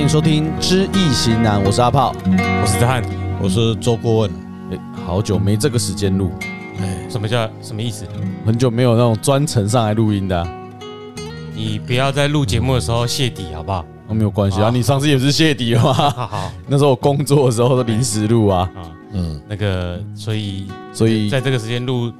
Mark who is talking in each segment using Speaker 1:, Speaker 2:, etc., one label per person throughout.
Speaker 1: 迎收听《知易行难》，我是阿炮，
Speaker 2: 我是子翰。
Speaker 3: 我是周顾问，
Speaker 1: 诶好久没这个时间录，
Speaker 2: 什么叫什么意思？
Speaker 1: 很久没有那种专程上来录音的、啊，
Speaker 2: 你不要在录节目的时候泄底，好不好？
Speaker 1: 那、没有关系啊。
Speaker 2: 好
Speaker 1: 你上次也不是谢底了吗？
Speaker 2: 好好
Speaker 1: 那时候我工作的时候都临时录啊，
Speaker 2: 啊，
Speaker 3: 嗯，
Speaker 2: 那个，所以
Speaker 1: 所以
Speaker 2: 在这个时间录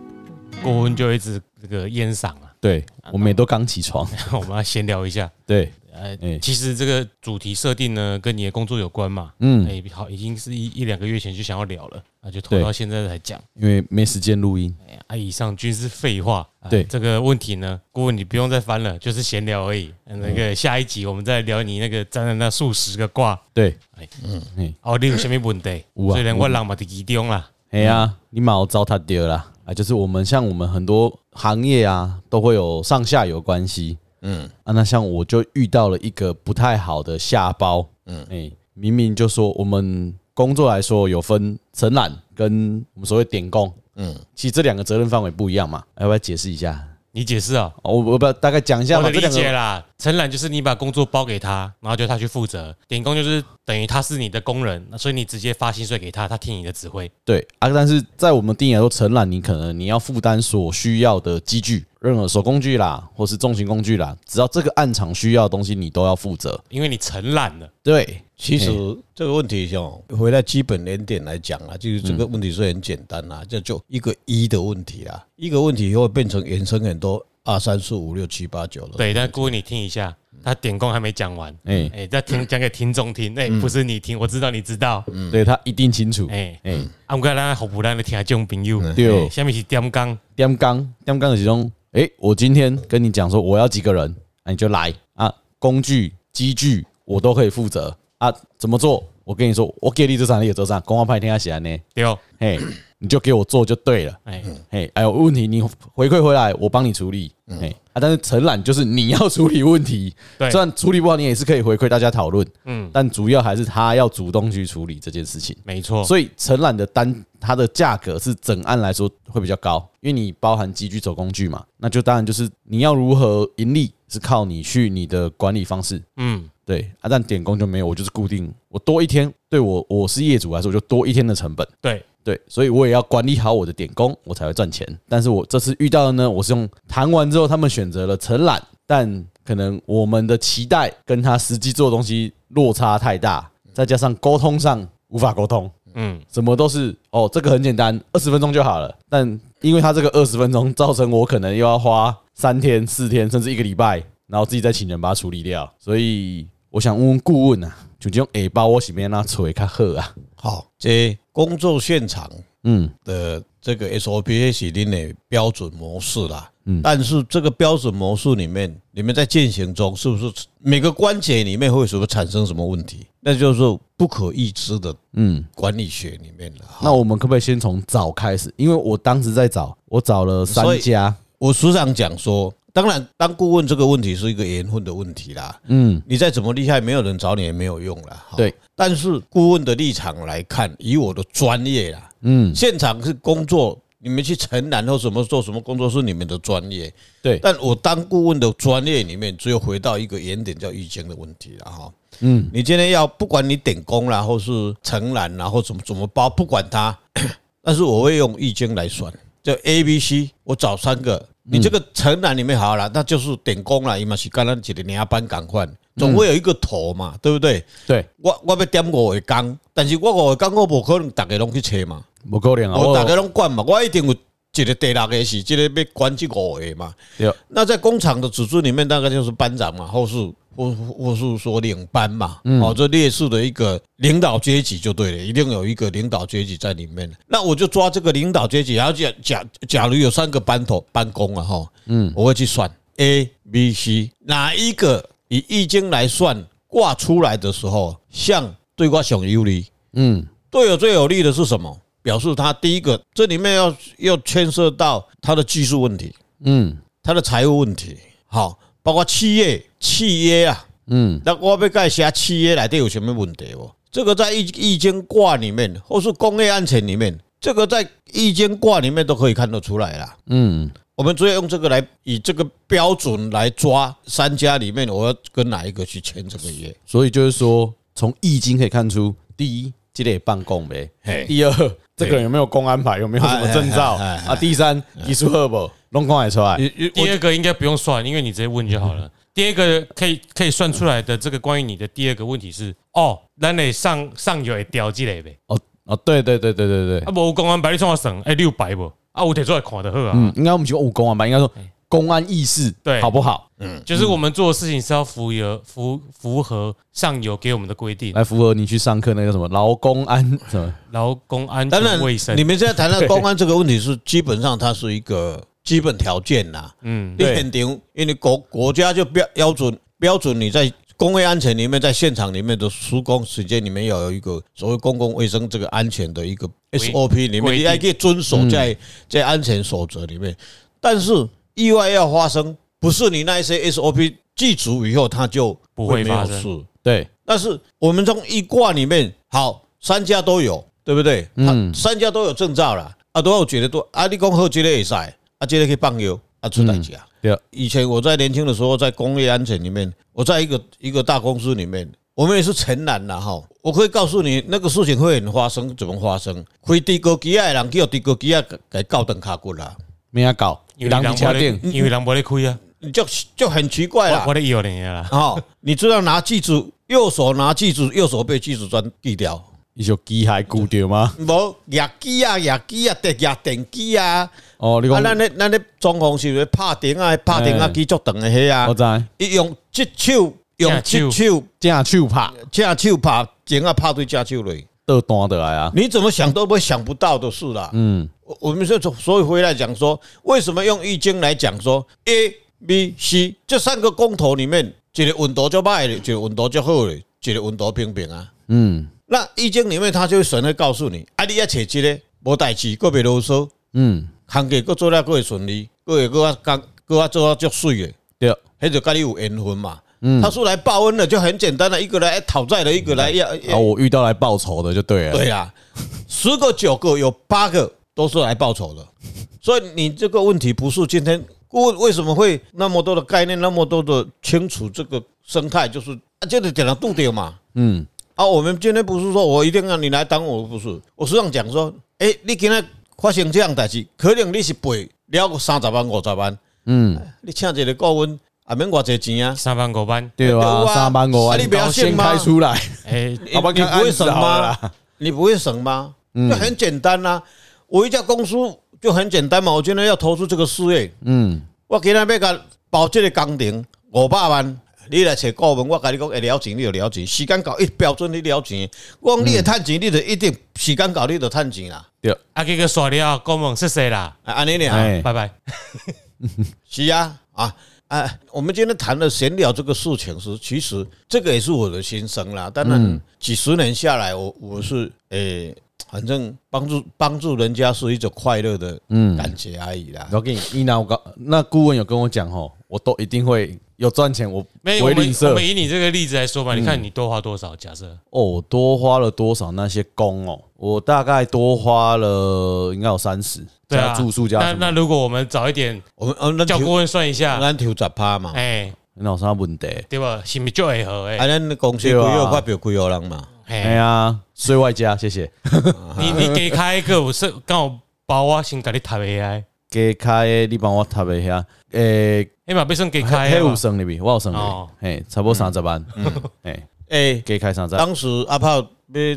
Speaker 2: 过婚就一直这个烟嗓啊。
Speaker 1: 对我们也都刚起床。
Speaker 2: 我们要闲聊一下。
Speaker 1: 对，
Speaker 2: 呃
Speaker 1: 哎，
Speaker 2: 其实这个主题设定呢，跟你的工作有关嘛。
Speaker 1: 嗯，
Speaker 2: 哎，好，已经是一一两个月前就想要聊了，那就拖
Speaker 1: 对
Speaker 2: 到现在才讲。
Speaker 1: 因为没时间录音，
Speaker 2: 哎啊，以上均是废话。啊
Speaker 1: 对
Speaker 2: 这个问题呢，顾问你不用再翻了，就是闲聊而已。那个下一集我们再聊你那个站在那数十个卦。
Speaker 1: 对，
Speaker 2: 哎
Speaker 1: 嗯，哎，
Speaker 2: 哦，你有什么问题？
Speaker 1: 有啊
Speaker 2: 虽然我人嘛在其中啦，
Speaker 1: 哎呀，你把我糟蹋掉啦！啊，就是我们像我们很多行业啊，都会有上下游关系。嗯啊，那像我就遇到了一个不太好的下包。嗯，哎、明明就说我们工作来说有分承揽跟我们所谓点工。嗯，其实这两个责任范围不一样嘛，要不要解释一下？
Speaker 2: 你解释啊、
Speaker 1: 哦，我我不大概讲一下
Speaker 2: 我
Speaker 1: 嘛，
Speaker 2: 的
Speaker 1: 这
Speaker 2: 理
Speaker 1: 两
Speaker 2: 解
Speaker 1: 个
Speaker 2: 啦，承揽就是你把工作包给他，然后就他去负责。点工就是等于他是你的工人，那所以你直接发薪水给他，他听你的指挥。
Speaker 1: 对啊，但是在我们定义来说，承揽你可能你要负担所需要的机具，任何手工具啦，或是重型工具啦，只要这个暗场需要的东西，你都要负责。
Speaker 2: 因为你承揽了，
Speaker 1: 对，
Speaker 3: 其实这个问题哦，回到基本原点来讲啊，就是这个问题是很简单啦，这就一个一的问题啦，一个问题会变成延伸很多二三四五六七八九了。
Speaker 2: 对。但顾问你听一下，他点工还没讲完，
Speaker 1: 哎、嗯
Speaker 2: 哎、再听讲给听众听，哎、不是你听，我知道你知道，
Speaker 1: 对他一定清楚。嗯哎、
Speaker 2: 哎、啊，我们咱好不咱的听众朋友，
Speaker 1: 对
Speaker 2: 哎下面是点工，
Speaker 1: 点钢，点钢的其中，哎、我今天跟你讲说我要几个人，啊、你就来啊，工具、机具我都可以负责啊，怎么做？我跟你说，我给你这场，你有这场，公安派天下写呢，
Speaker 2: 对，
Speaker 1: 嘿，你就给我做就对了。
Speaker 2: 哎、
Speaker 1: 嘿，还有问题你回馈回来，我帮你处理。嘿，啊，但是承揽就是你要处理问题，
Speaker 2: 对
Speaker 1: 虽然处理不好，你也是可以回馈大家讨论，嗯，但主要还是他要主动去处理这件事情。
Speaker 2: 没错，
Speaker 1: 所以承揽的单它的价格是整案来说会比较高，因为你包含机具、手工具嘛，那就当然就是你要如何盈利是靠你去你的管理方式。
Speaker 2: 嗯，
Speaker 1: 对啊，但点工就没有，我就是固定，我多一天，对我我是业主来说，我就多一天的成本。
Speaker 2: 对，
Speaker 1: 对，所以我也要管理好我的点工，我才会赚钱。但是我这次遇到的呢，我是用谈完之后，他们选择了承揽，但可能我们的期待跟他实际做的东西落差太大，再加上沟通上无法沟通，
Speaker 2: 嗯，
Speaker 1: 什么都是哦，这个很简单，二十分钟就好了。但因为他这个二十分钟，造成我可能又要花三天、四天，甚至一个礼拜，然后自己再请人把它处理掉。所以我想问问顾问啊，就这种下包我是要哪找会较好啊？
Speaker 3: 好，这工作现场
Speaker 1: 嗯，
Speaker 3: 的这个 SOP 是您的标准模式啦。嗯，但是这个标准模式里面，你们在践行中是不是每个关节里面会什么产生什么问题？那就是不可预知的，嗯，管理学里面了。
Speaker 1: 那我们可不可以先从找开始？因为我当时在找，我找了
Speaker 3: 所
Speaker 1: 三
Speaker 3: 以
Speaker 1: 家，
Speaker 3: 我时常讲说，当然，当顾问这个问题是一个缘分的问题啦。嗯，你再怎么厉害，没有人找你也没有用啦。哈
Speaker 1: 对，
Speaker 3: 但是顾问的立场来看，以我的专业啦，
Speaker 1: 嗯，
Speaker 3: 现场是工作，你们去承揽或什么做什么工作是你们的专业。
Speaker 1: 对，
Speaker 3: 但我当顾问的专业里面，只有回到一个原点，叫预见的问题了哈。嗯，你今天要不管你点工啦，或是承揽啦，或怎么怎么包，不管它， 但是我会用易经来算，就 A、B、C，我找三个。你这个承揽里面好了，那就是点工啦，伊嘛是干咱一个领班赶快，总会有一个头嘛，对不对？
Speaker 1: 对，
Speaker 3: 我我要点五个工，但是我五个工我无可能逐个拢去找嘛，
Speaker 1: 不够量啊，
Speaker 3: 我
Speaker 1: 我
Speaker 3: 逐个拢管嘛，我一定有一个第六个是这个要管这五个嘛。
Speaker 1: 对
Speaker 3: 那在工厂的组织里面，大概就是班长嘛，或是或或是说领班嘛，哦，这烈士的一个领导阶级就对了，一定有一个领导阶级在里面。那我就抓这个领导阶级，然后假假假如有三个班头班工啊，哈，嗯，我会去算 A、B、C 哪一个以易经来算卦出来的时候，像对卦想有利，
Speaker 1: 嗯，
Speaker 3: 对我最有利的是什么？表示他第一个，这里面要要牵涉到他的技术问题，
Speaker 1: 嗯，
Speaker 3: 他的财务问题，好，包括企业契约啊，嗯，那我要盖写契约来底有什么问题哦？这个在易易经卦里面，或是工业安全里面，这个在易经卦里面都可以看得出来啦。
Speaker 1: 嗯，
Speaker 3: 我们只有用这个来以这个标准来抓三家里面，我要跟哪一个去签这个约？
Speaker 1: 所以就是说，从易经可以看出，第一，积累办公没
Speaker 3: 嘿；
Speaker 1: 第二，这个人有没有公安牌，有没有什么证照
Speaker 3: 哎哎哎哎哎
Speaker 1: 啊？第三，技术赫不弄光也出来。
Speaker 2: 第二个应该不用算，因为你直接问就好
Speaker 1: 嗯
Speaker 2: 了。第二个可以可以算出来的这个关于你的第二个问题是，哦，咱得上上游会调这类呗，
Speaker 1: 哦哦，对对对对对对
Speaker 2: 啊，，无公安白你创我省哎六百不，啊，我得出来看的好啊。
Speaker 1: 嗯，应该我们讲武公安吧，应该说公安意识
Speaker 2: 对
Speaker 1: 好不好？
Speaker 2: 就是我们做的事情是要符合符符合上游给我们的规定，
Speaker 1: 来符合你去上课那个什么劳工安什么？
Speaker 2: 劳工安
Speaker 3: 当然
Speaker 2: 全卫，生
Speaker 3: 你。们现在谈到公安这个问题是基本上它是一 个基本条件啦。
Speaker 2: 嗯，
Speaker 3: 你
Speaker 1: 对
Speaker 3: 很定，因为你国国家就标标准标准你在工业安全里面，在现场里面的施工时间里面要有一个所谓公共卫生这个安全的一个 SOP
Speaker 2: 规
Speaker 3: 里
Speaker 2: 定
Speaker 3: 面，
Speaker 2: 嗯
Speaker 3: 你还可以遵守在在安全守则里面。但是意外要发生，不是你那一些 SOP 记足以后，它就
Speaker 2: 不会
Speaker 3: 没有
Speaker 2: 发生
Speaker 3: 事。
Speaker 1: 对，
Speaker 3: 但是我们从一卦里面，好，三家都有，对不对？嗯，三家都有证照啦，啊，都有觉得都啊，你讲好这个也赛，啊，这个可以放油，啊，出代志
Speaker 2: 嗯
Speaker 3: 啊。
Speaker 1: 对，
Speaker 3: 以前我在年轻的时候，在工业安全里面，我在一个一个大公司里面，我们也是承揽了哈。我可以告诉你，那个事情会很发生，怎么发生？开低高机的人，叫低高机啊，给搞断卡骨啦，
Speaker 1: 没人搞，
Speaker 2: 因为人
Speaker 1: 人
Speaker 2: 无
Speaker 1: 家
Speaker 2: 咧
Speaker 1: 店，
Speaker 2: 因为人无咧开啊，
Speaker 3: 你就就很奇
Speaker 1: 嗯
Speaker 3: 怪啦
Speaker 1: 哎
Speaker 2: 我我。咧摇你啦。
Speaker 3: 哦，你知道拿记住，右手拿记住，右手被记住砖锯掉。
Speaker 1: 你就机械固掉吗？
Speaker 3: 无压机啊，压机啊，得压电机啊。
Speaker 1: 哦，你
Speaker 3: 啊，
Speaker 1: 讲
Speaker 3: 咱咧咱咧装潢是咧拍电啊，拍电啊，
Speaker 1: 嗯
Speaker 3: 机足长的迄
Speaker 1: 我
Speaker 3: 啊，
Speaker 1: 知道，
Speaker 3: 伊用即手用即
Speaker 2: 正手
Speaker 3: 手
Speaker 1: 正手拍
Speaker 3: 正手拍电啊，拍对正手嘞。
Speaker 1: 倒单的来啊，
Speaker 3: 你怎么想都不会想不到的事啦。
Speaker 1: 嗯，
Speaker 3: 我我们就从所以回来讲说，为什么用易经来讲说 A、B、C 这三个公投里面，一个温度就歹的，一个温度就好的，一个温度平平啊。
Speaker 1: 嗯
Speaker 3: 那易经里面，它就神会告诉你，啊，你要找这个无代志，个别啰嗦。
Speaker 1: 嗯，
Speaker 3: 行业搁做了搁会顺利，搁会搁啊讲搁啊做啊足水的，
Speaker 1: 对，
Speaker 3: 迄就甲你有缘分嘛。
Speaker 1: 嗯
Speaker 3: 他说来报恩的就很简单了，一个来哎讨债的，一个来要
Speaker 1: 啊，
Speaker 3: 要
Speaker 1: 我遇到来报仇的就对了，
Speaker 3: 对啦，十个九个有八个都是来报仇的，所以你这个问题不是今天顾问为什么会那么多的概念，那么多的清楚这个生态，就是啊，就是点了度掉嘛。
Speaker 1: 嗯，
Speaker 3: 啊，我们今天不是说我一定让你来当我，不是，我是上讲说，诶、你今天发生这样代志，可能你是赔了三十万、五十万，
Speaker 1: 嗯，
Speaker 3: 你请一个顾问也免偌济钱啊，
Speaker 2: 三班狗班，
Speaker 1: 对
Speaker 3: 对
Speaker 1: 啊，
Speaker 3: 啊
Speaker 1: 三班我
Speaker 3: 啊你不要信
Speaker 1: 先
Speaker 3: 吗
Speaker 1: 开出来，
Speaker 2: 哎，
Speaker 3: 你
Speaker 1: 好吧
Speaker 3: 你
Speaker 1: 看
Speaker 3: 不会
Speaker 1: 案子
Speaker 3: 省
Speaker 1: 好了
Speaker 3: 吗
Speaker 1: 啦？嗯
Speaker 3: 你不会省吗？就很简单啦、我一家公司就很简单嘛，我今天要投资这个事业，
Speaker 1: 嗯，
Speaker 3: 我今天要甲包这个工程五百万。你来找顾问，我跟你讲，会了钱你就了钱，时间到一标准你了钱。我讲
Speaker 1: 嗯
Speaker 3: 你会趁钱，你就一定时间到你就趁钱啦。
Speaker 1: 对，
Speaker 2: 啊，这个耍了，公们谢谢啦，
Speaker 3: 啊，安尼俩。
Speaker 1: 哎，
Speaker 2: 拜拜。
Speaker 3: 是呀、啊，啊。哎，我们今天谈的闲聊这个事情是，其实这个也是我的心声啦。当
Speaker 1: 嗯
Speaker 3: 然，几十年下来，我我是诶、反正帮助帮助人家是一种快乐的
Speaker 1: 嗯
Speaker 3: 感觉而已啦。
Speaker 1: 我给你，你拿我告，那顾问有跟我讲吼，我都一定会有赚钱，我不
Speaker 2: 没有，
Speaker 1: 会
Speaker 2: 我
Speaker 1: 吝
Speaker 2: 们我们
Speaker 1: 啬。
Speaker 2: 以你这个例子来说吧，
Speaker 1: 嗯
Speaker 2: 你看你多花多少？假设
Speaker 1: 哦，我多花了多少那些工哦？我大概多花了应该有三十，
Speaker 2: 对
Speaker 1: 加，
Speaker 2: 啊
Speaker 1: 住宿加
Speaker 2: 那
Speaker 1: 什
Speaker 2: 那
Speaker 1: 么？
Speaker 2: 如果我们早一点
Speaker 3: 我们我们
Speaker 2: 叫顾
Speaker 3: 咱
Speaker 2: 问算一下，
Speaker 3: 咱调十趴嘛，
Speaker 2: 哎，
Speaker 1: 那有啥问题？
Speaker 2: 对吧？是不是就会合？
Speaker 3: 啊，
Speaker 2: 哎
Speaker 3: 咱公司
Speaker 1: 对
Speaker 3: 规有
Speaker 1: 啊
Speaker 3: 发表规有人嘛，
Speaker 1: 哎
Speaker 2: 哎，
Speaker 1: 呀，税外加，谢谢。
Speaker 2: 你你给开一个，我是刚好包啊，先给你谈 AI，
Speaker 1: 给开的你帮我读一下，诶、
Speaker 2: 哎嘛，被算给
Speaker 1: 还
Speaker 2: 开
Speaker 1: 还
Speaker 2: 的
Speaker 1: 有
Speaker 2: 嘛，
Speaker 1: 算入去，我有算入
Speaker 2: 哦嗯
Speaker 1: 去，嘿，差不多三十万，嗯嘿，
Speaker 3: 诶、
Speaker 1: 给开三十，
Speaker 3: 当时阿炮要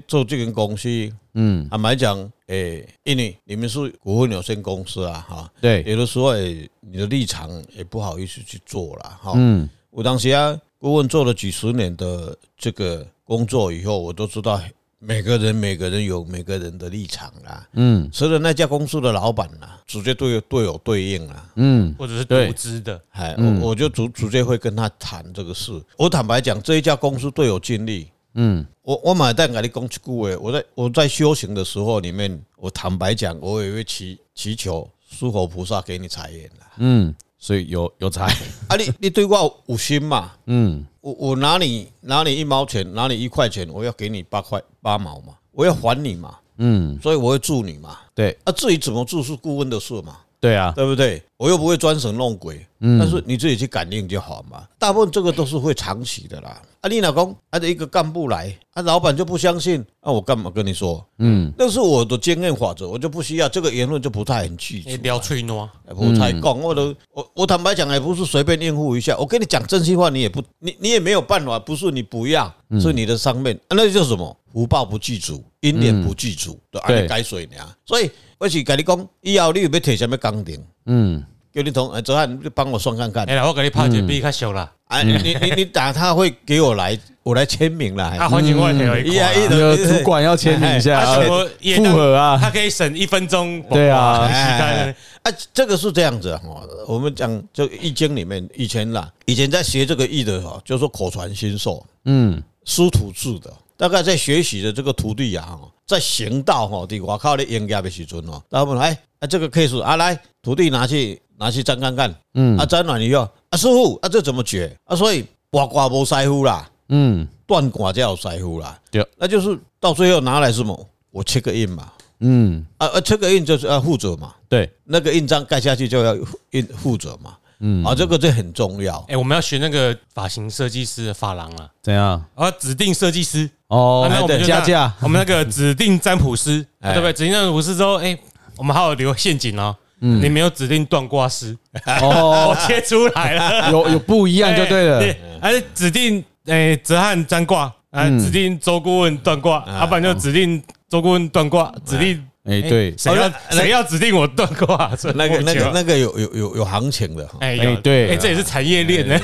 Speaker 3: 做这间公司，
Speaker 1: 嗯，
Speaker 3: 坦白讲，诶、因为你们是股份有限公司啊，哈、
Speaker 1: 对，
Speaker 3: 有的时候也哎你的立场也不好意思去做了哈。
Speaker 1: 嗯
Speaker 3: 我当时啊，顾问做了几十年的这个工作以后，我都知道每个人每个人有每个人的立场啦。
Speaker 1: 嗯
Speaker 3: 除了那家公司的老板啦，直接对对有对应啦。
Speaker 1: 嗯，
Speaker 2: 或者是
Speaker 1: 对
Speaker 2: 独资的，
Speaker 3: 哎，我我就直直接会跟他谈这个事。我坦白讲，这一家公司对我尽力。
Speaker 1: 嗯，
Speaker 3: 我我买蛋给你公去顾诶，我在我在修行的时候里面，我坦白讲，我也会祈祈求诸佛菩萨给你财源啦。
Speaker 1: 嗯，所以有有才，
Speaker 3: 啊，你你对我有心嘛？
Speaker 1: 嗯
Speaker 3: 我我拿你拿你一毛钱，拿你一块钱，我要给你八块八毛嘛，我要还你嘛，
Speaker 1: 嗯，
Speaker 3: 所以我会助你嘛。
Speaker 1: 对，
Speaker 3: 啊，至于怎么助是顾问的事嘛。
Speaker 1: 对啊，
Speaker 3: 对不对？我又不会钻神弄鬼，但是你自己去感应就好嘛。大部分这个都是会长期的啦。啊，你老公啊，一个干部来，啊，老板就不相信，啊，我干嘛跟你说？嗯，那是我的经验法则，我就不需要这个言论，就不太很具
Speaker 2: 你
Speaker 3: 体。
Speaker 2: 聊哎吹喏，
Speaker 1: 嗯
Speaker 3: 我才讲，我都我我坦白讲，也不是随便应付一下。我跟你讲真心话，你也不你你也没有办法，不是你不要，
Speaker 1: 嗯
Speaker 3: 是你的上面，啊那就是什么福报不具足，因缘不具足，就按
Speaker 1: 嗯对
Speaker 3: 你改水呢。所以我是跟你讲，以后你有要提什么工程，
Speaker 1: 嗯，
Speaker 3: 叫你同哎泽汉，你帮我算看看
Speaker 2: 哎。啦，我给你拍一个比较小啦，
Speaker 3: 啊，
Speaker 1: 嗯
Speaker 3: 你你你你打他会给我来，我来签名啦。
Speaker 2: 啊，环境我也可以看啦。
Speaker 3: 一啊一
Speaker 1: 那个主管要签名一下
Speaker 2: 啊，
Speaker 1: 啊
Speaker 2: 什，么也
Speaker 1: 哎
Speaker 2: 哎
Speaker 1: 复合啊
Speaker 2: 他可以省一分钟。
Speaker 1: 对啊
Speaker 2: 期待
Speaker 3: 啊，这个是这样子哈、哦。我们讲这个易经里面，以前啦，以前在学这个易的哈、哦，就说口传心授，
Speaker 1: 嗯，
Speaker 3: 师徒制的。大概在学习的这个徒弟啊，哈在行道哈，对我靠的应该的时阵哦，他们哎，啊这个 case 啊来，徒弟拿去拿去粘看看，嗯，啊粘完以后，啊师傅啊这怎么解啊？所以刮刮无师傅啦，
Speaker 1: 嗯，
Speaker 3: 断管叫师傅啦，
Speaker 1: 对，
Speaker 3: 那就是到最后拿来什么？我切个印嘛，
Speaker 1: 嗯，
Speaker 3: 啊啊，切个印就是要负责嘛，
Speaker 1: 对，
Speaker 3: 那个印章盖下去就要印负责嘛，嗯，啊，这个这很重要，
Speaker 2: 哎，我们要学那个发型设计师的发廊啊，
Speaker 1: 怎样？
Speaker 2: 啊，指定设计师，
Speaker 1: 哦
Speaker 2: 啊，那我们就
Speaker 1: 加
Speaker 2: 那
Speaker 1: 价，
Speaker 2: 我们那个指定占卜师，对不对？指定占卜师之后，哎，我们还有留陷阱哦。你没有指定断卦师，我
Speaker 1: 哦，
Speaker 2: 切出来 了，
Speaker 1: 有有不一样就对了，
Speaker 2: 哎，而且指定哎泽汉占卦，啊，指定周顾问断卦，要不然就指定周顾问断卦，指定
Speaker 1: 哎，对，
Speaker 2: 谁要谁要指定我断卦？所以
Speaker 3: 那个
Speaker 2: 我
Speaker 3: 那
Speaker 2: 觉
Speaker 3: 个
Speaker 2: 得
Speaker 3: 那个有有有有行情的哈，
Speaker 2: 哎
Speaker 1: 哎
Speaker 2: 有
Speaker 1: 对
Speaker 2: 哎，这也是产业链呢。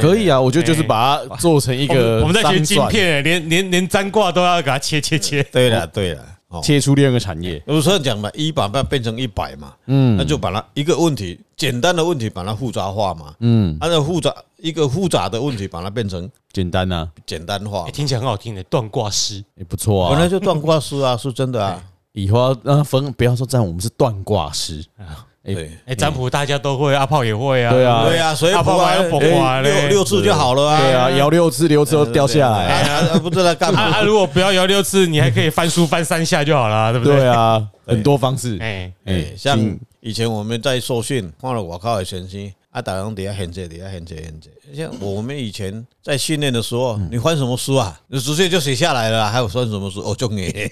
Speaker 1: 可以
Speaker 3: 啊，
Speaker 1: 啊，我觉得就是把它做成一
Speaker 2: 哎我们
Speaker 1: 个
Speaker 2: 我们在学
Speaker 1: 商
Speaker 2: 晶
Speaker 1: 转，
Speaker 2: 片，连连连占卦都要给它切切切。
Speaker 3: 对了对了，哦，
Speaker 1: 切出另一个产业，
Speaker 3: 有时候讲嘛，一把它变成一百嘛，嗯，那就把它一个问题简单的问题把它复杂化嘛，嗯，按照复杂一个复杂的问题把它变成
Speaker 1: 简单呐，
Speaker 3: 简单化
Speaker 2: 哎，，听起来很好听的断卦师，
Speaker 1: 也不错
Speaker 3: 本
Speaker 1: 啊
Speaker 3: 来。就断卦师啊，是真的啊，
Speaker 1: 以后要让它分，不要说占我们是断卦师，哎
Speaker 3: 啊对。
Speaker 2: 哎，占卜大家都会，阿炮也会啊。
Speaker 1: 对啊
Speaker 3: 对啊，所以
Speaker 2: 阿
Speaker 3: 不
Speaker 2: 炮还
Speaker 3: 然
Speaker 2: 要卜卦嘞
Speaker 3: 六。六次就好了啊。
Speaker 1: 对啊，摇六次，六次都掉下来
Speaker 3: 哎
Speaker 1: 啊，
Speaker 3: 呀，不知道干
Speaker 2: 啊
Speaker 3: 嘛。
Speaker 2: 啊！如果不要摇六次，你还可以翻书翻三下就好了啊，对不对？
Speaker 1: 对啊，很多方式，
Speaker 2: 哎，
Speaker 1: 哎
Speaker 3: 哎，，像
Speaker 1: 请
Speaker 3: 以前我们在受训，看了我靠的神经，啊，打上底下很这底下很这很这。像我们以前在训练的时候，
Speaker 1: 嗯
Speaker 3: 你翻什么书啊？你直接就写下来了啊，还有翻什么书？哦，就你。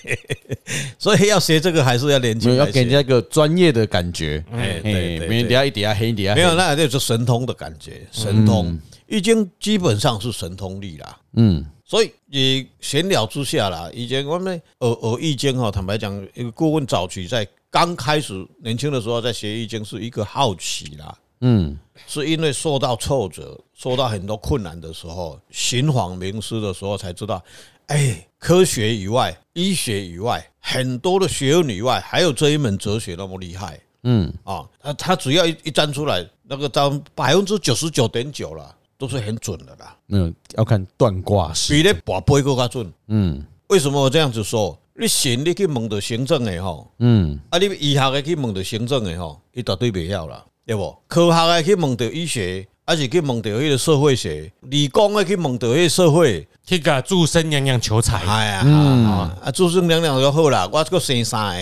Speaker 3: 所以要学这个还是要年
Speaker 1: 没
Speaker 3: 轻，
Speaker 1: 有要给人家一个专业的感觉，哎，
Speaker 3: 对对对
Speaker 1: 没人底下一底下黑一底下黑，
Speaker 3: 没有，那就是神通的感觉，神通易经基本上是神通力啦。
Speaker 1: 嗯，
Speaker 3: 所以也闲聊之下啦，以前我们呃呃易经哈，坦白讲，一个顾问早期在刚开始年轻的时候在学易经是一个好奇啦，
Speaker 1: 嗯，
Speaker 3: 是因为受到挫折、受到很多困难的时候，寻访名师的时候才知道，哎，科学以外、医学以外，很多的学问以外，还有这一门哲学那么厉害。
Speaker 1: 嗯，
Speaker 3: 啊，他他只要一一站出来，那个占百分之九十九点九了，都是很准的啦，
Speaker 1: 没有要看断卦师，
Speaker 3: 比咧拔杯更加准。
Speaker 1: 嗯
Speaker 3: 为什么我这样子说？你行，你去问到行政的吼，
Speaker 1: 嗯，
Speaker 3: 啊，你医学的去问到行政的吼，伊绝对袂晓啦，对无？科学的去问到医学，还是去问到迄个社会学，理工的去问到迄个社会，
Speaker 2: 去给祝生娘娘求财。
Speaker 3: 哎呀，啊，啊，祖孙两两就好啦，我这个生三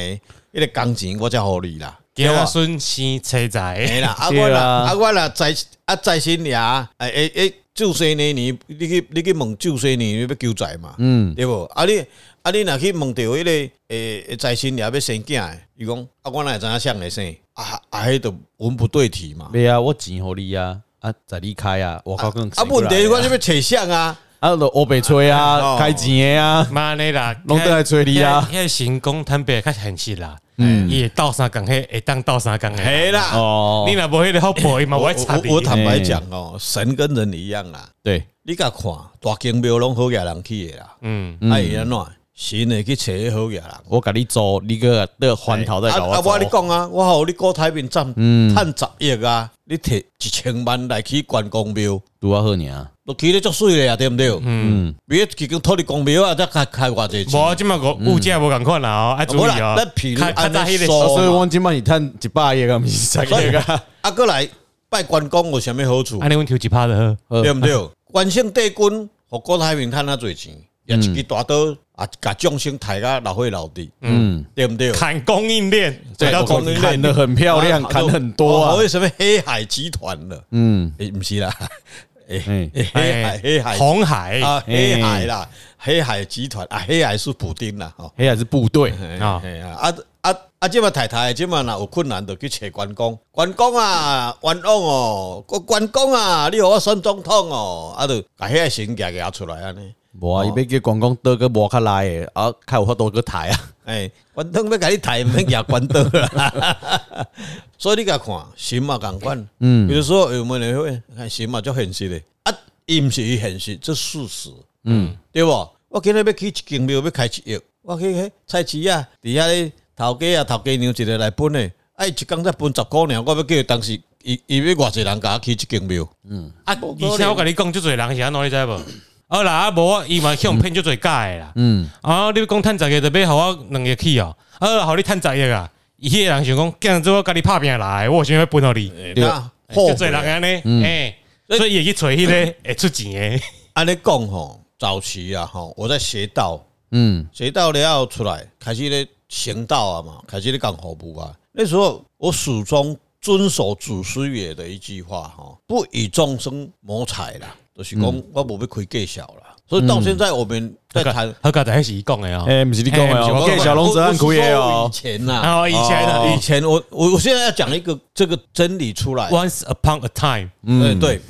Speaker 3: 个，迄、个工钱我才互你啦，
Speaker 2: 给
Speaker 3: 对啊
Speaker 2: 我
Speaker 3: 吧
Speaker 2: 孙生车 仔，
Speaker 3: 哎啦，啊
Speaker 1: 对
Speaker 3: 我啦，
Speaker 1: 啊
Speaker 3: 啊我啦，在啊在新呀，哎哎哎，九岁那年，你去你去问九岁年要求财嘛，
Speaker 1: 嗯，
Speaker 3: 对无？啊你啊你若去问到迄个诶在新呀要生囝的，伊讲啊我哪会知影谁会生？啊啊迄都文不对题嘛。
Speaker 1: 没啊，我钱给你啊，啊，在你开啊，我靠，更
Speaker 3: 啊问题我就要找相啊，
Speaker 1: 啊，就欧北吹啊，
Speaker 3: 哦
Speaker 1: 开钱的啊，
Speaker 2: 妈的啦，
Speaker 1: 拢倒来找你啊
Speaker 2: 那！那行功坦白较现实啦，嗯，也倒三工迄会当倒三工诶。
Speaker 3: 嘿啦。
Speaker 1: 哦
Speaker 2: 你，若无迄个好婆伊嘛，哦
Speaker 3: 我
Speaker 2: 我会插
Speaker 3: 我我
Speaker 2: 你。
Speaker 3: 坦白讲哦，神跟人一样啦，
Speaker 1: 对，
Speaker 3: 你甲看大金庙拢好野人去的啦，
Speaker 2: 嗯，
Speaker 3: 啊伊安怎样？神会去找那好野人。
Speaker 1: 我给你做，你啊个的环头再搞
Speaker 3: 啊啊！我
Speaker 1: 我
Speaker 3: 跟你
Speaker 1: 做。嗯
Speaker 3: 讲啊，我互你股台面赚赚十亿啊，你摕一千万来起关公庙，
Speaker 1: 拄啊好尔，
Speaker 3: 都起得足水咧啊，对毋对？嗯，别一间土地公庙啊，才开开偌济钱。
Speaker 2: 无即嘛个物价无共款啦哦，啊，注意
Speaker 3: 无
Speaker 2: 哦
Speaker 3: 嗯啦，咱譬如
Speaker 2: 较较
Speaker 3: 安
Speaker 2: 早
Speaker 3: 尼
Speaker 2: 迄个
Speaker 3: 说
Speaker 1: 所以
Speaker 3: 嘛，
Speaker 1: 我今摆是趁一百亿个，毋是三
Speaker 3: 所
Speaker 1: 亿
Speaker 3: 以
Speaker 1: 个。
Speaker 3: 啊，过来拜关公有啥物好处
Speaker 1: 呃
Speaker 2: 安？尼阮抽一拍就好。
Speaker 1: 好
Speaker 3: 对毋对？关圣帝君互股台面趁啊济钱，也一支大刀啊，甲众生抬到老岁老弟，
Speaker 1: 嗯，
Speaker 3: 对不对？
Speaker 2: 砍供应链，
Speaker 3: 对
Speaker 2: 到供
Speaker 3: 供应链
Speaker 1: 砍的很漂亮，
Speaker 3: 啊
Speaker 1: 砍很多
Speaker 3: 哦
Speaker 1: 啊
Speaker 3: 为，什么黑海集团了？
Speaker 1: 嗯，
Speaker 3: 诶，不是啦，
Speaker 1: 哎，
Speaker 3: 黑海黑海
Speaker 2: 红海
Speaker 3: 啊，
Speaker 1: 嘿
Speaker 3: 黑海啦，黑海集团啊，黑海是普丁啦，吼。
Speaker 1: 黑还是部队，
Speaker 2: 啊
Speaker 3: 啊啊啊啊！即嘛太太，即嘛若有困难就去找关公。关公啊，冤枉哦，我关公啊，你互我选总统哦，啊，就把迄个神举举出来安尼。
Speaker 1: 无啊，伊要叫关公倒个无较来的，啊，较有法度个抬啊，
Speaker 3: 哎，关灯要甲你抬，毋 免举关刀啦。 所以你甲看，神嘛共款，嗯，比如说我们人会看神嘛足现实的，啊，伊毋是伊现实，这事实，嗯，对无？我今日要起一间庙，要开一亿，我去迄菜市啊，伫遐咧头家啊，头家娘一个来分的，啊，伊一工才分十箍尔，我要叫伊当时，伊伊要偌济人甲我起一间庙，
Speaker 2: 啊！以前我跟你讲，就侪人是安怎你知 无？啊啦，啊无伊嘛向骗就侪假的啦。嗯，啊，你讲趁十个就买，互我两个去哦。啊，互你趁十个啊！伊迄个人想讲，今日我甲你拍拼来，我有想要分互你。
Speaker 3: 对
Speaker 1: 对
Speaker 3: 啊，
Speaker 1: 哦
Speaker 2: 就
Speaker 3: 后
Speaker 2: 侪人安
Speaker 1: 嗯
Speaker 2: 尼，哎，所以伊会去找迄个会出钱的。
Speaker 3: 安尼讲吼，早期啊吼，我在学道。
Speaker 1: 嗯，
Speaker 3: 学到了后出来，开始咧行道啊嘛，开始咧干服务啊。那时候我始终遵守祖师爷的一句话哈，不与众生谋财啦，就是
Speaker 1: 嗯
Speaker 3: 讲我无要开计小啦。所以到现在我们在谈，
Speaker 2: 好刚才是伊讲的哦。
Speaker 1: 哎，不是你讲的
Speaker 2: 哎
Speaker 1: 哦，
Speaker 2: 不
Speaker 1: 我
Speaker 2: 是
Speaker 1: 给嗯小龙子按苦也
Speaker 3: 我
Speaker 1: 哦
Speaker 3: 是，说以前呐、
Speaker 2: 然后以前的
Speaker 3: 以前我我我现在要讲一个这个真理出来，
Speaker 2: ，Once upon a time，
Speaker 3: 嗯，对，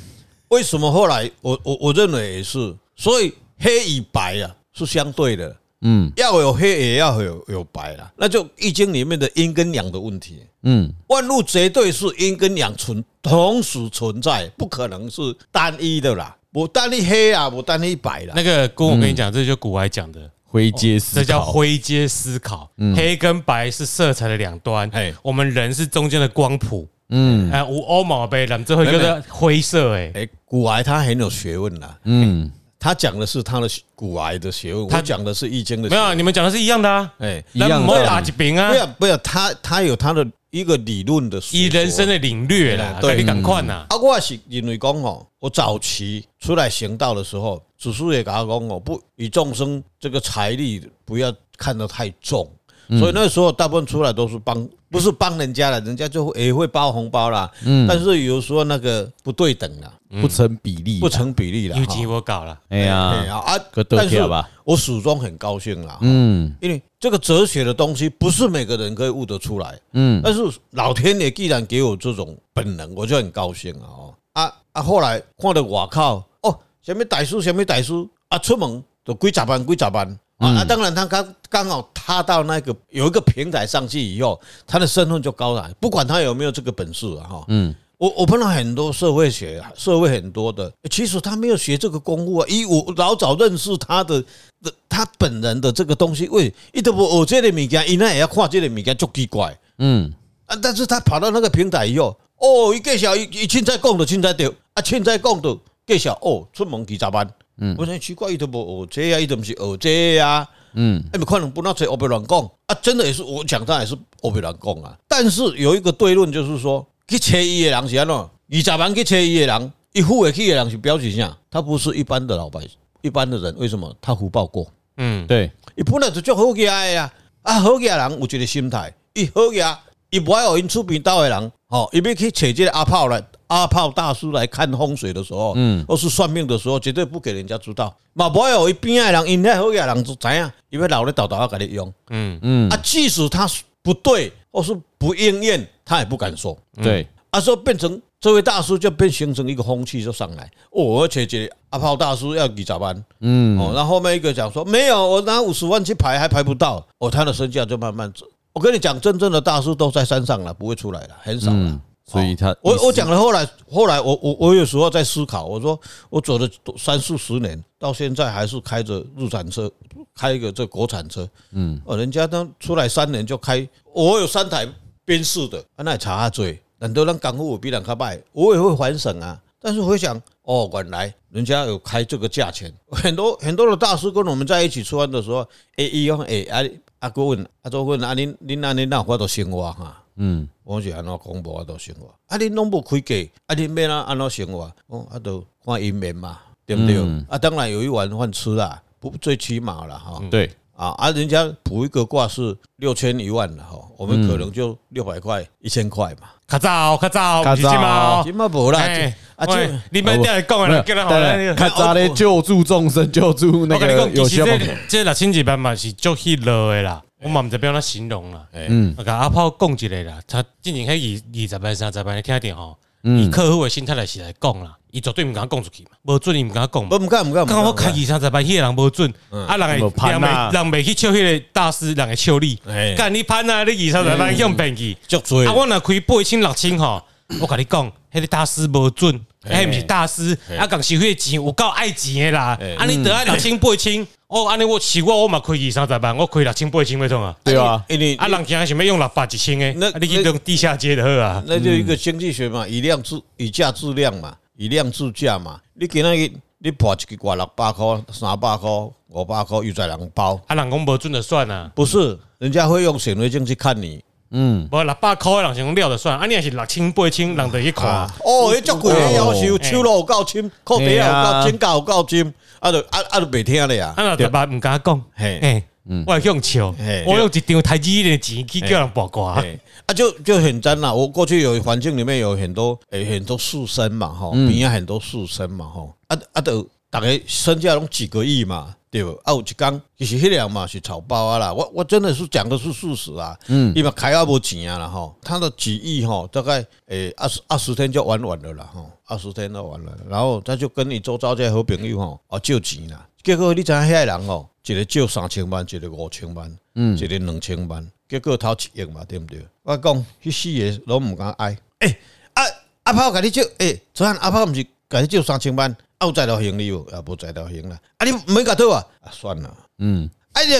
Speaker 3: 为什么后来我我我认为也是，所以黑与白啊是相对的，
Speaker 1: 嗯
Speaker 3: 要有黑也要有有白啦，那就《易经》里面的阴跟阳的问题。
Speaker 1: 嗯
Speaker 3: 万物绝对是阴跟阳存同时存在，不可能是单一的啦。我单一黑啊，我单一白啦
Speaker 2: 那。个跟我跟你
Speaker 1: 嗯
Speaker 2: 讲，这就古来讲的。
Speaker 1: 灰阶思考嗯
Speaker 2: 这叫灰阶思考。黑跟白是色彩的两端
Speaker 3: 嘿，
Speaker 2: 我们人是中间的光谱。
Speaker 1: 嗯
Speaker 2: 哎，五欧毛呗，咱这会叫做灰色哎。
Speaker 3: 哎，古癌他很有学问啦，
Speaker 1: 嗯，
Speaker 3: 他讲的是他的古癌的学问，他讲的是易经的。
Speaker 2: 没有啊，，你们讲的是一样的啊，
Speaker 3: 哎，
Speaker 1: 一样的
Speaker 2: 咱不会打几饼啊
Speaker 3: 不，要不要，他他有他的一个理论的说
Speaker 2: 以人生的领略啦，
Speaker 3: 对
Speaker 2: 对你赶快呐。
Speaker 3: 啊，我是认为讲吼，我早期出来行道的时候，祖师也跟我讲哦，不以众生这个财力不要看得太重。
Speaker 1: 嗯
Speaker 3: 所以那时候大部分出来都是帮，不是帮人家了，人家就会也会包红包啦。
Speaker 1: 嗯
Speaker 3: 但是有时候那个不对等啦，
Speaker 1: 不成比例，
Speaker 3: 不，成比例啦。
Speaker 2: 有
Speaker 3: 哈
Speaker 2: 钱我搞了，
Speaker 1: 嗯哎
Speaker 3: 哎
Speaker 1: 呀，
Speaker 3: 呀啊
Speaker 1: 个！倒
Speaker 3: 但是
Speaker 1: 贴吧
Speaker 3: 我始终很高兴啦，
Speaker 1: 嗯
Speaker 3: 因为这个哲学的东西不是每个人可以悟得出来。
Speaker 1: 嗯
Speaker 3: 但是老天爷既然给我这种本能，我就很高兴啊！哦，啊啊！后来看到我靠，哦，什么歹书，什么歹书啊，出门都几十万，几十万啊！
Speaker 1: 嗯
Speaker 3: 啊当然他刚刚好踏到那个有一个平台上去以后，他的身份就高了，不管他有没有这个本事啊！哈，
Speaker 1: 嗯，
Speaker 3: 我我碰到很多社会学啊，社会很多的，其实他没有学这个功夫啊，以我老早认识他的的他本人的这个东西，喂，伊都无学这个物件，伊那也要看这个物件，足奇怪。
Speaker 1: 嗯
Speaker 3: 啊，但是他跑到那个平台以后，哦，伊介绍伊伊凊彩讲就凊彩对，啊，凊彩讲就介绍哦，出门几十万。嗯，我想奇怪，伊都无学这啊，伊都毋是学这啊。
Speaker 1: 嗯
Speaker 3: 哎，你可能不那嘴我被乱讲啊，真的也是我讲，他也是我被乱讲啊。但是有一个对论就是说，去找伊的人是安怎样，二十万去找伊的人，伊付得起的人是表示啥？他不是一般的老百姓，一般的人，为什么？他福报过。
Speaker 2: 嗯，
Speaker 1: 对，
Speaker 3: 伊本来就足好家的啊，啊好家人有一个心态，伊好家，伊无爱互因厝边兜的人，吼、伊要去找这个阿炮来，阿炮大叔来看风水的时候，嗯，或是算命的时候，绝对不给人家知道，嘛无爱互伊边仔的人，因遐好家人就知影，伊要留咧豆豆啊，甲你用，
Speaker 2: 嗯
Speaker 3: 嗯，啊，即使他不对或是不应验，他也不敢说，
Speaker 1: 对，
Speaker 3: 啊，说变成这位大叔就变形成一个风气就上来，哦，我且这阿炮大叔要几十万，嗯，哦，那后面一个讲说没有，我拿五十万去排还排不到，哦，他的身价就慢慢走。我跟你讲，真正的大叔都在山上了，不会出来了，很少了。
Speaker 1: 嗯，所以他
Speaker 3: 哦我我讲了，后来后来我我我有时候在思考，我说我走了三四十年，到现在还是开着日产车，开一个这国产车，嗯，哦，人家都出来三年就开，我有三台宾士的，啊，那也差下嘴，很多人港府比人家败，我也会反省啊，但是回想。哦，原来人家有开这个价钱，很多很多的大师跟我们在一起吃饭的时候，哎，伊讲哎，啊啊，哥问啊，周问啊，恁恁安尼那我都生活啊哈、
Speaker 1: 嗯
Speaker 3: 我是安怎讲无法度生活，啊，恁拢无开价，啊，恁
Speaker 2: 嗯
Speaker 3: 要安安怎生活？哦，啊，都看姻缘嘛，对不对？啊，当然有一碗饭吃啦，不最起码了哈。
Speaker 2: 嗯
Speaker 1: 对，
Speaker 3: 啊啊，人家卜一个卦是六千一万了哈，我们可能
Speaker 2: 嗯
Speaker 3: 就六百块、一千块嘛。
Speaker 2: 较早较早，
Speaker 1: 较早
Speaker 2: 不是这嘛
Speaker 3: 今嘛无
Speaker 2: 哦，
Speaker 3: 啦，
Speaker 2: 哎，
Speaker 3: 啊就
Speaker 2: 喂你们再来讲啦，叫人好
Speaker 1: 当然
Speaker 2: 咱。
Speaker 1: 看咱咧救助众生，救助那
Speaker 2: 我跟
Speaker 1: 个
Speaker 2: 你讲，
Speaker 1: 有
Speaker 2: 其实
Speaker 1: 些朋友
Speaker 2: 这这六千几百嘛是足迄落的啦，我嘛毋知要安怎形容啦。
Speaker 1: 嗯
Speaker 2: 我甲阿炮讲一个啦，他之前迄二二十万、三十万的听着吼，以
Speaker 1: 嗯，
Speaker 2: 客户的心态来是来讲啦，伊绝对毋敢讲出去嘛，无准伊毋敢讲
Speaker 3: 不
Speaker 2: 嘛。
Speaker 3: 唔敢唔敢，
Speaker 2: 刚我
Speaker 3: 不
Speaker 2: 开
Speaker 3: 敢嗯
Speaker 2: 二三十万，迄个人无准，啊人
Speaker 1: 无
Speaker 2: 会
Speaker 1: 攀
Speaker 2: 人
Speaker 1: 啊
Speaker 2: 袂人袂去笑迄个大师，人会笑你。
Speaker 3: 哎，
Speaker 2: 干你攀啊，你二三十
Speaker 3: 嗯
Speaker 2: 万用便宜。
Speaker 3: 足多
Speaker 2: 啊，我若开八千六千吼，我甲你讲，迄个大师无准，迄毋是大师，啊，共是迄个钱有够爱钱的啦
Speaker 3: 嘿。
Speaker 2: 啊，你得爱六千八千，哦，安尼我是我我嘛开二三十万，我开六千八千要创啊。
Speaker 1: 对啊，
Speaker 3: 因为
Speaker 2: 啊，人今想要用六百一千诶，
Speaker 3: 那
Speaker 2: 啊，你去用地下街就好啊。
Speaker 3: 那就一个经济学嘛，以量制以价质量嘛，以量制价嘛。你今仔日你破一个瓜六百块、三百块、五百块，又在人包，
Speaker 2: 啊，人讲无准就算啊，
Speaker 3: 不是人家会用显微镜去看你
Speaker 1: 嗯，
Speaker 2: 无六百箍诶人想讲了就算，啊，你若是六千八千，人就去看
Speaker 3: 啊。。哦，哎迄足贵的要求，手路有够深，裤底啊有够深，脚有够深，啊就啊啊就袂听咧啊。
Speaker 2: 啊，若逐摆毋敢讲，
Speaker 3: 嘿嗯
Speaker 2: 嘿，我会向笑
Speaker 3: 嘿，
Speaker 2: 我用一张台积电的钱去叫人八卦。
Speaker 3: 哎啊，就就很脏啦。我过去有环境里面有很多诶、很多树生嘛，吼，边啊很多树生嘛，吼，啊啊，都大概身价拢几个亿嘛，对不？啊，有一天其实迄个人嘛是草包啊啦，我我真的是讲的是事实啊，嗯，伊嘛开啊无钱啊啦吼，他的几亿吼，大概诶二十二十天就玩完了啦吼，二十天就完了，然后他就跟你周遭这些好朋友吼，啊借钱啦，结果你知影迄个人吼，一个借三千万，一个五千万，嗯，一个两千万。结果头一亿嘛，对毋对？我讲，迄四个拢毋敢爱。诶、啊阿炮甲你借，诶、昨汉阿炮毋是甲你借三千万，啊有在条行李无？啊无在条行啦。啊你毋免甲倒啊，啊算啦。
Speaker 1: 嗯，
Speaker 3: 啊你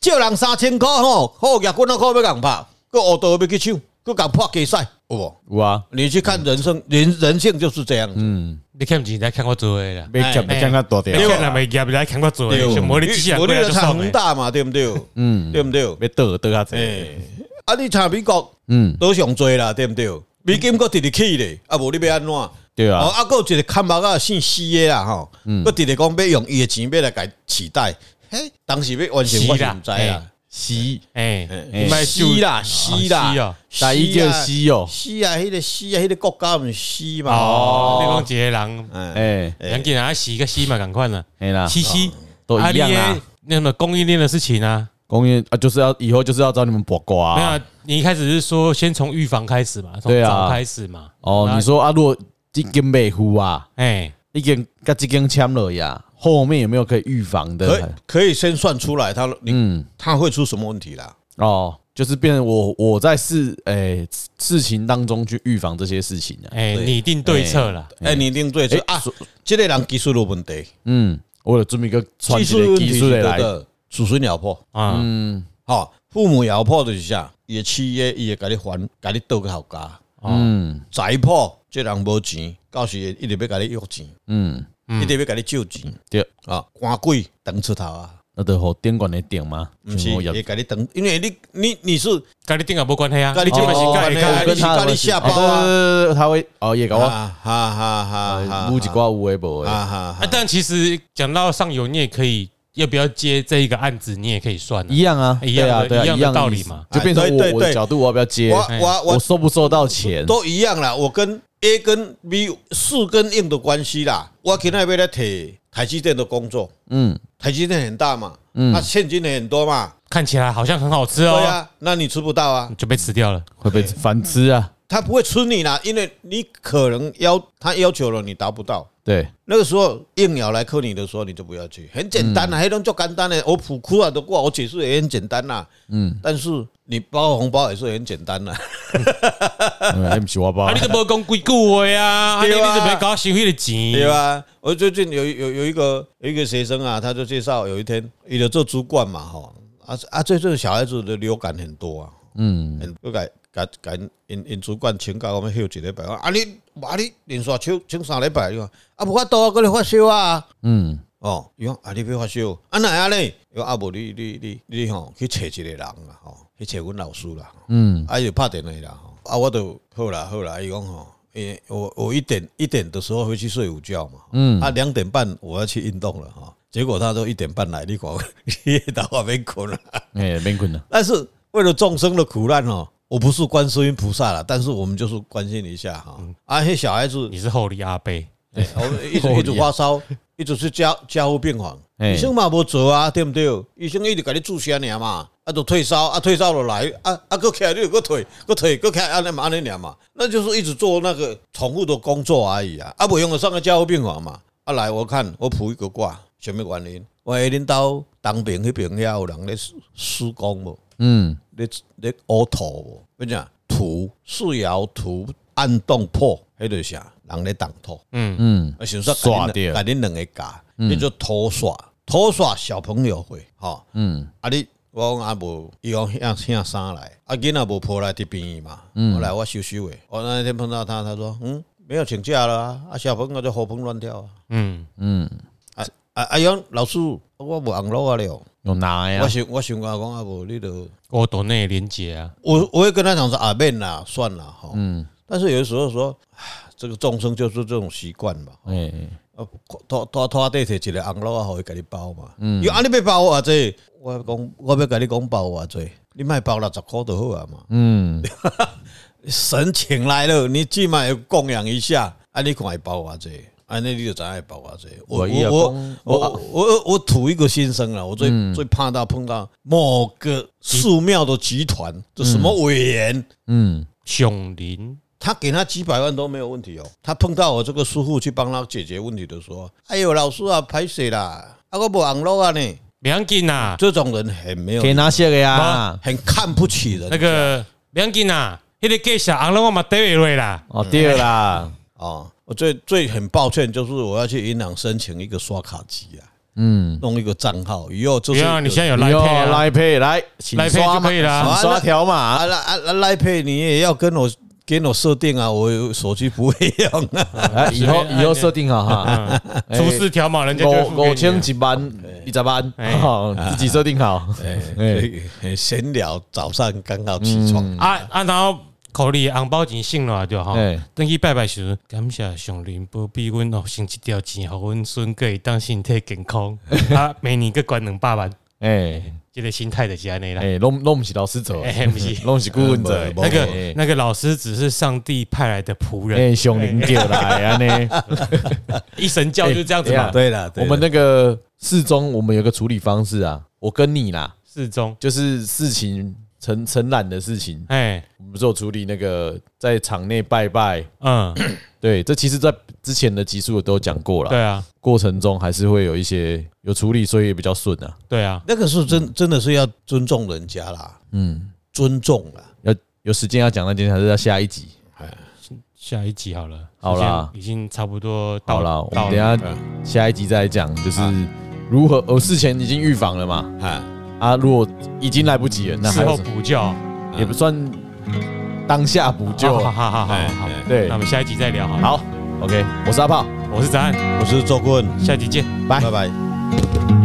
Speaker 3: 借人三千箍吼，好举棍仔箍要共拍，佮乌道要去抢，佮共破鸡屎，有无？嗯
Speaker 1: 有啊，
Speaker 3: 你去看人生，人人性就是这样子。
Speaker 1: 嗯，
Speaker 2: 你欠钱来欠我做诶啦。
Speaker 1: 别讲别讲他多
Speaker 2: 你
Speaker 1: 掉，
Speaker 2: 看人袂夹来看我做的，想无你只想
Speaker 3: 我
Speaker 2: 过来
Speaker 3: 你
Speaker 2: 啊
Speaker 3: 就
Speaker 2: 就
Speaker 3: 差
Speaker 2: 爽
Speaker 3: 恒
Speaker 2: 的。
Speaker 3: 大嘛，对毋对？
Speaker 1: 嗯，
Speaker 3: 对毋对？
Speaker 1: 别倒倒下子，
Speaker 3: 诶、啊你差美国。
Speaker 1: 嗯，
Speaker 3: 都上多啦，对毋对？美金搁直直起咧，啊无你要安怎？哦，
Speaker 1: 对啊，嗯
Speaker 3: 啊，搁有一个看目啊，姓施的啦吼，搁直直讲要用伊的钱要来改取代，嘿，当时要完成我是毋知
Speaker 2: 是
Speaker 3: 啦
Speaker 2: 啦，
Speaker 1: 西，
Speaker 2: 哎，
Speaker 3: 嘿施啦，施
Speaker 2: 啊施
Speaker 3: 啦
Speaker 2: 哦，
Speaker 1: 大一叫西哦，
Speaker 3: 施啊，迄个施啊，迄个国家毋是施嘛？
Speaker 2: 哦，你讲一个人，
Speaker 3: 哎，
Speaker 1: 哎，
Speaker 2: 人家人死个死嘛，赶快呢，
Speaker 1: 嘿
Speaker 3: 啊
Speaker 1: 啦，
Speaker 2: 嘻嘻，
Speaker 1: 都一样
Speaker 2: 啊
Speaker 1: 啊
Speaker 2: 你的。那么供应链的事情啊，
Speaker 1: 公园啊，就是要以后就是要找你们卜卦
Speaker 2: 没有
Speaker 1: 啊。
Speaker 2: 啊，你一开始是说先从预防开始嘛，从
Speaker 1: 对啊
Speaker 2: 早开始嘛。
Speaker 1: 哦，你说啊，如果这根北户啊，
Speaker 2: 哎，
Speaker 1: 已经跟这根签了呀，后面有没有可以预防
Speaker 3: 可以
Speaker 1: 的？
Speaker 3: 可以先算出来，他你
Speaker 1: 嗯，
Speaker 3: 他会出什么问题啦？
Speaker 1: 哦，就是变成我我在事诶事情当中去预防这些事情啊。
Speaker 2: 哎，拟定对策了，
Speaker 3: 哎，你一定对，就啊，这个人技术有问题，
Speaker 1: 嗯，我有这么一个传
Speaker 3: 技
Speaker 1: 奇
Speaker 3: 术有
Speaker 1: 的
Speaker 3: 问
Speaker 1: 技
Speaker 3: 题
Speaker 1: 术
Speaker 3: 是
Speaker 1: 的
Speaker 3: 得
Speaker 1: 来，
Speaker 3: 的，子孙了破。
Speaker 2: 啊，
Speaker 1: 嗯
Speaker 3: 吼、父母咬破就是啥，伊的企业伊会甲你还，甲你倒去后家。哦
Speaker 1: 嗯
Speaker 3: 财破，这人无钱，到时会一直要甲你要钱，
Speaker 1: 嗯，
Speaker 3: 一直要甲你借钱
Speaker 1: 对，
Speaker 3: 啊！官鬼长出头啊，
Speaker 1: 那得好电管的点吗？
Speaker 3: 毋是
Speaker 1: 全部也
Speaker 3: 会甲你长，因为你你你是
Speaker 2: 跟你定也无关系
Speaker 1: 哦
Speaker 2: 啊，哦
Speaker 3: 跟你
Speaker 2: 这
Speaker 3: 定
Speaker 2: 个
Speaker 3: 也
Speaker 2: 是
Speaker 1: 我
Speaker 2: 跟你跟你
Speaker 3: 无关系
Speaker 1: 跟他
Speaker 3: 你下包啊
Speaker 1: 啊，哎他会哦也搞我
Speaker 3: 啊哈哈哈哈，
Speaker 1: 木几挂无微博
Speaker 3: 啊哈
Speaker 2: 啊
Speaker 1: 哎
Speaker 3: 哈，，
Speaker 2: 但其实讲到上游，你也可以要不要接这一个案子，你也可以算啊
Speaker 1: 一样啊，
Speaker 2: 一样的
Speaker 1: 对啊，对啊
Speaker 2: 一样的
Speaker 1: 一样
Speaker 2: 道
Speaker 1: 意
Speaker 2: 理
Speaker 1: 思
Speaker 2: 嘛
Speaker 1: 就变成
Speaker 3: 哎对对
Speaker 1: 我我的
Speaker 3: 对
Speaker 1: 角度我要不要接，
Speaker 3: 我啊
Speaker 2: 哎
Speaker 3: 我
Speaker 1: 我
Speaker 3: 我
Speaker 1: 收不收到钱？
Speaker 3: 都一样啦，我跟 A 跟 B 是跟硬的关系啦，我今仔要来提台积电的工作，
Speaker 1: 嗯
Speaker 3: 台积电很大嘛，
Speaker 1: 嗯
Speaker 3: 它，现金也很多嘛，
Speaker 2: 看起来好像很好吃
Speaker 3: 对
Speaker 2: 哦，
Speaker 3: 啊，那你吃不到啊，
Speaker 2: 就被吃掉了。
Speaker 1: 会被反吃啊，
Speaker 3: 他不会吃你啦，因为你可能要他要求了，你达不到。
Speaker 1: 对，
Speaker 3: 那个时候硬要来克你的时候，你就不要去，很简单啦，黑种就简单的，我普库啊的过，我解释也很简单啦。嗯，但是你包红包也是很简单啊啦。
Speaker 1: 嗯不是我包
Speaker 2: 啊，你都无讲几句话啊，啊你
Speaker 3: 对
Speaker 2: 你
Speaker 3: 啊
Speaker 2: 怎么搞收迄个钱？
Speaker 3: 对啊吧？我最近有有有一个有一个学生啊，他就介绍有一天，伊就做主管嘛，吼啊啊，最近小孩子的流感很多啊，
Speaker 1: 嗯，
Speaker 3: 嗯，我甲甲甲因因因主管请假，我们休一礼拜。我说啊你哇你连续请请三礼拜，伊讲啊无法度啊，搁咧发烧啊。
Speaker 1: 嗯
Speaker 3: 哦，伊讲啊，你要发烧，啊哪安尼？伊讲啊，无你你你你吼去找一个人啦，吼去找阮老师啦，
Speaker 1: 嗯
Speaker 3: 啊伊就拍电话啦，吼啊我都好啦好啦，伊讲吼，诶我我一点一点的时候会去睡午觉嘛，
Speaker 1: 嗯
Speaker 3: 啊两点半我要去运动了哈，结果他都一点半来，你看 你也到外面困了。
Speaker 1: 哎，没困了，
Speaker 3: 但是为了众生的苦难哦，我不是观世音菩萨了，但是我们就是关心一下哈。
Speaker 1: 嗯
Speaker 3: 啊，那小孩子
Speaker 2: 你是后力阿贝，
Speaker 3: 哎我们一直一直发烧，一直去家家护病房，
Speaker 1: 哎
Speaker 3: 医生嘛无做啊，对不对？医生一直给你注射尔嘛，啊，都退烧，啊，退烧就来，啊啊，搁起来你又搁退，搁退，搁起来，安尼嘛安尼尔嘛，那就是一直做那个重复的工作而已啊，啊，不用就上个家护病房嘛，啊，来我看我卜一个卦，什么原因？我恁兜东边迄边遐有人咧施施工无？
Speaker 1: 嗯，
Speaker 3: 你你凹土哦无？我讲土四爻土暗洞破，迄就是啥？人咧动土，
Speaker 2: 嗯
Speaker 3: 嗯，啊，想说
Speaker 1: 刷
Speaker 3: 甲
Speaker 1: 掉
Speaker 3: 恁甲恁两个教，叫做土刷，土刷小朋友会，吼，嗯，啊你。我讲啊无，伊讲向向啥来？啊囡仔无抱来伫边嘛，后来我收收诶。我那天碰到他，他说嗯，没有请假了啊，啊小朋友就活蹦乱跳啊。
Speaker 2: 嗯，
Speaker 3: 啊啊啊！讲老师，我无红路啊了。
Speaker 1: 有拿呀
Speaker 3: 我，想我想讲讲啊无，你都
Speaker 2: 我懂内连接啊，
Speaker 3: 我我会跟他讲说啊，免啦，算了哈。嗯，但是有的时候说，唉这个众生就是这种习惯嘛。
Speaker 1: 哎，
Speaker 3: 啊，拖拖拖地摕一个红包啊，互伊甲你包嘛。嗯，有啊，你要包偌济，我讲我要甲你讲包偌济，你卖包六十箍就好啊嘛。
Speaker 1: 嗯，
Speaker 3: 神请来了，你起码要供养一下，啊，你看会包偌济。安尼你就知影会包偌济。我
Speaker 1: 我也
Speaker 3: 我我我我我吐一个心声啦，我最
Speaker 1: 嗯
Speaker 3: 最怕到碰到某个寺庙的集团，这什么委员，
Speaker 1: 嗯，
Speaker 2: 熊林
Speaker 3: 他给他几百万都没有问题哦。他碰到我这个师傅去帮他解决问题的时候，哎呦，老师啊，拍水啦，啊，我无网络啊呢。
Speaker 2: 不要紧呐，
Speaker 3: 这种人很没有
Speaker 1: 可以，拿些个呀
Speaker 2: 啊，
Speaker 3: 很看不起人
Speaker 2: 那个不要紧呐，迄个介绍红了我嘛得袂落啦，
Speaker 1: 哦，对啦，
Speaker 3: 哦。我最最很抱歉，就是我要去银行申请一个刷卡机啊，
Speaker 1: 嗯，
Speaker 3: 弄一个账号，以后就
Speaker 2: 不
Speaker 3: 是
Speaker 2: 要，你现在
Speaker 1: 有
Speaker 2: 有来配啊，
Speaker 1: 来配来，请
Speaker 2: Line Pay
Speaker 1: 刷
Speaker 2: 就
Speaker 1: 嘛
Speaker 2: 可以了啊
Speaker 1: 请刷条 码，
Speaker 3: 啊啦啊啊赖配你也要跟我给我设定啊，我有手机不会用啊，
Speaker 1: 啊，以后以后设定好哈，哎
Speaker 2: 出四嗯条嘛，人家就会付
Speaker 1: 五
Speaker 2: 给
Speaker 1: 五千
Speaker 2: 你啊
Speaker 1: 几万一十万，
Speaker 2: 哎
Speaker 1: 好，自己设定好，
Speaker 3: 所
Speaker 1: 哎，
Speaker 3: 以很 闲聊，早上刚好起床，
Speaker 2: 啊啊啊，然后口里红包钱省落来对吼
Speaker 1: 哎，
Speaker 2: 等去拜拜时，感谢上林保庇阮哦，省一条钱，互阮孙个会当身体 健康，啊，每年个捐两百万，
Speaker 1: 哎
Speaker 2: 这个心态就是安尼啦。
Speaker 1: 哎，弄弄不起老师走，
Speaker 2: 哎 不是
Speaker 1: 弄不起顾问者，
Speaker 3: 不
Speaker 2: 那个
Speaker 1: 哎
Speaker 2: 那个老师只是上帝派来的仆人，哎
Speaker 1: 哎，熊林掉来啊呢，
Speaker 2: 一神教就是这样子
Speaker 1: 哎哎
Speaker 2: 嘛
Speaker 1: 呀。
Speaker 3: 对了，对
Speaker 1: 我
Speaker 3: 啦
Speaker 1: 们那个事中我们有个处理方式啊，我跟你啦，
Speaker 2: 四中，
Speaker 1: 就是事情承承揽的事情，
Speaker 2: 哎，
Speaker 1: 我们不是有处理那个在场内拜拜，
Speaker 2: 嗯，
Speaker 1: 对，这其实在之前的集数我都有讲过了，
Speaker 2: 对啊，
Speaker 1: 过程中还是会有一些有处理，所以也比较顺啊，
Speaker 2: 对啊，
Speaker 3: 那个是真真的是要尊重人家啦，
Speaker 1: 嗯，
Speaker 3: 尊重啦。
Speaker 1: 要有时间要讲那件事，还是要下一集。
Speaker 2: 下一集好了，
Speaker 1: 好啦
Speaker 2: 时间已经差不多到
Speaker 1: 好了，我
Speaker 2: 到啊
Speaker 1: 们等一下下一集再来讲，就是如何呃事前已经预防了嘛，
Speaker 3: 啊，
Speaker 1: 啊，如果已经来不及了，那还
Speaker 2: 事
Speaker 1: 有
Speaker 2: 后
Speaker 1: 什么
Speaker 2: 补啊救，
Speaker 1: 也不算当下补救
Speaker 2: 好好
Speaker 1: 了。
Speaker 2: 好好好好，
Speaker 1: 对
Speaker 2: 那我们下一集再聊好了。
Speaker 1: 好，OK，我是阿炮，
Speaker 2: 我是子安，
Speaker 3: 我是周棍，
Speaker 2: 下集见。
Speaker 1: 拜
Speaker 3: 拜。拜。